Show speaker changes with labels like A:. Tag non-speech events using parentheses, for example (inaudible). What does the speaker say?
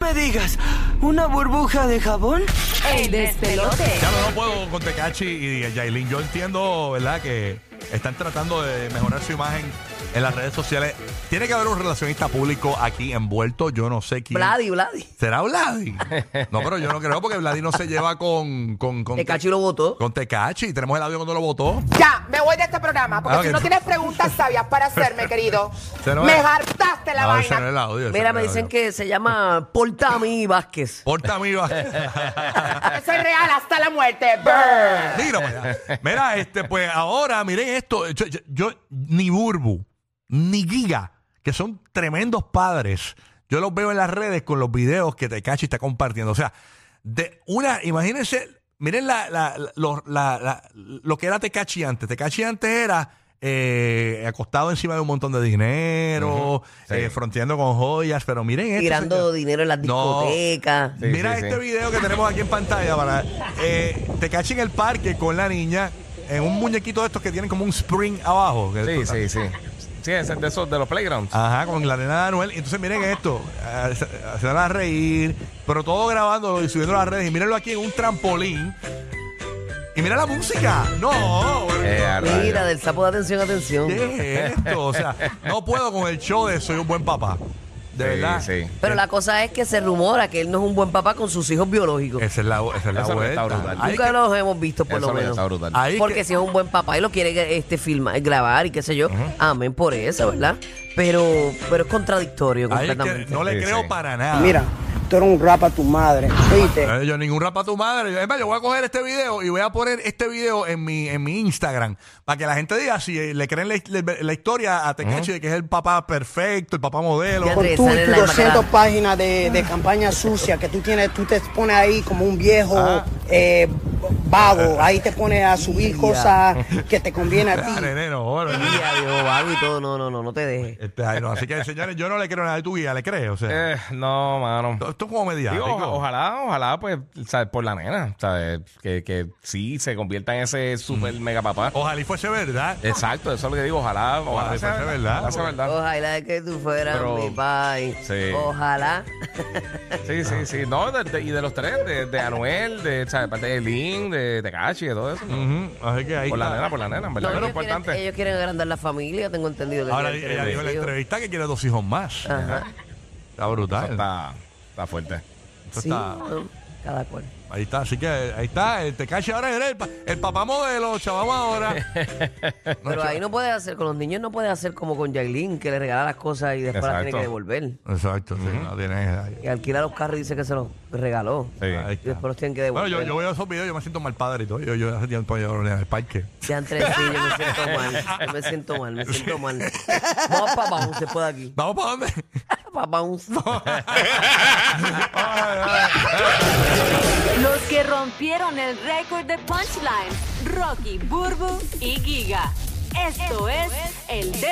A: me digas, ¿una burbuja de jabón?
B: El despelote.
C: Ya no, no puedo con Tecachi y Yailin. Yo entiendo, ¿verdad?, que están tratando de mejorar su imagen en las redes sociales. Tiene que haber un relacionista público aquí envuelto. Yo no sé quién.
B: Vladi, Vladi.
C: ¿Será Vladi? No, pero yo no creo porque Vladi no se lleva con. con, con
B: Tecachi lo votó.
C: Con Tecachi. Tenemos el audio cuando lo votó.
D: Ya, me voy de este programa, porque
C: Ah, ok.
D: si no tienes preguntas sabias para hacerme,
C: (laughs)
D: querido.
C: Se nos
D: me
C: va.
D: hartaste la
C: No, ese no
D: vaina.
C: es el audio. ese
B: Mira,
C: no Este
B: me
C: es el
B: dicen
C: audio.
B: que se llama Portami Vázquez.
C: Porta viva.
D: Eso es real hasta la muerte. Brr.
C: Mira, mira. Mira, este, pues ahora, miren esto. Yo, yo- yo- ni Burbu, ni Giga, que son tremendos padres, yo los veo en las redes con los videos que Tecachi está compartiendo. O sea, de una, imagínense, miren la, la- la- lo, la- la- lo que era Tecachi antes. Tecachi antes era. eh, acostado encima de un montón de dinero, eh, fronteando con joyas, pero miren esto.
B: Tirando
C: señor.
B: dinero en las
C: No.
B: discotecas.
E: Sí,
C: Mira
E: sí,
C: este
E: sí.
C: video que tenemos aquí en pantalla para eh, te caché en el parque con la niña en un muñequito de estos que tienen como un spring abajo. que
E: Sí,
C: esto-
E: sí, sí. Sí, es de esos de los playgrounds.
C: Ajá, con la nena de Anuel. Entonces miren esto, ah, se se van a reír, pero todo grabándolo y subiendo a las redes. Y mírenlo aquí en un trampolín. Y mira la música. No,
E: Eh, a rayos.
B: Mira, del sapo de atención, atención.
C: ¿qué es esto? O sea, no puedo con el show de soy un buen papá. De
E: Sí,
C: verdad.
E: sí.
B: Pero la cosa es que se rumora que él no es un buen papá con sus hijos biológicos.
C: Esa es la, esa es la
E: Eso no está
C: vuelta.
E: brutal.
C: Hay
B: Nunca
C: que-
B: los hemos visto, por
E: Eso
B: lo
E: lo
B: menos.
E: está brutal. Eh,
C: hay que-
B: Porque si es un buen papá y lo quiere este filmar, grabar y qué sé yo, amén por eso, ¿verdad? Pero, pero es contradictorio
C: hay que- (laughs)
B: completamente.
C: no le
E: Sí,
C: creo
E: sí.
C: para nada.
F: Mira, tú eres un rap a tu madre, ¿oíste?
C: Eh, Yo ningún rap a tu madre. Yo, es más, yo voy a coger este video y voy a poner este video en mi, en mi Instagram para que la gente diga si eh, le creen la, la- la historia a Tecachi de que es el papá perfecto, el papá modelo.
B: Ya
F: Con tú
B: Sale
F: y tus
B: la
F: 200
B: inmaculada.
F: páginas de, de campaña sucia que tú tienes, tú te pones ahí como un viejo eh, vago, ahí te pones a subir
B: Ya.
F: cosas que te conviene a ti.
C: Ah, nene, no, bueno.
B: Y adiós, vago y todo. No, no, no, no te dejes.
C: Este, ay, no, Así que, señores, yo no le creo nada de tu guía, le creo. O sea,
E: Eh, no, mano.
C: esto, esto es como mediático.
E: Digo, oja- ojalá, ojalá, pues, ¿sabes? por la nena, ¿sabes? Que, que sí se convierta en ese super mega papá.
C: Ojalá y fuese verdad.
E: Exacto, eso es lo que digo, ojalá, ojalá,
C: Ojalá
E: sea
C: fuese verdad.
E: Ojalá sea verdad.
B: Ojalá que tú fueras
E: Pero-
B: mi pai.
E: Sí.
B: Ojalá.
E: Sí, sí, sí. No, de- de- y de los tres, de, de Anuel, de, ¿sabes? de Lin, de Tekashi, de todo eso.
C: Ujú, Así que ahí
E: Por la
C: está.
E: nena, por la nena, en
B: No,
E: verdad. es lo
B: ellos, quieren,
E: importante.
B: ellos quieren agrandar la familia, tengo entendido. Que
C: Ahora
B: quieren
C: ella dijo en la
B: tener hijos.
C: entrevista que quiere dos hijos más. Está brutal.
E: Eso está, está fuerte.
C: Eso
B: Sí,
C: está-
B: bueno, cada cual.
C: Ahí está, así que ahí está, el Tecachi ahora es el, pa- el papá modelo, chaval
E: (laughs)
C: ahora.
B: Pero ahí no puede hacer, con los niños no puede hacer como con Jailin, que le regala las cosas y después las tiene
E: Exacto.
B: que devolver.
C: Exacto, sí, no tienes ahí.
B: Y alquila los carros y dice que se los regaló.
E: Sí.
C: Ahí
B: Y después
C: está.
B: los tienen que
C: Bueno,
B: devolver.
C: yo, yo veo esos videos, yo me siento mal padre y todo. Yo, yo hace tiempo yo no le en el parque.
B: Ya entre sí, yo me siento mal. Yo me siento mal, me siento
C: (laughs)
B: mal. Vamos para Bounce después de aquí.
C: ¿Vamos para dónde? (laughs)
B: Para Bounce.
G: Los que rompieron el récord de punchline, Rocky, Burbu y Giga. Esto es el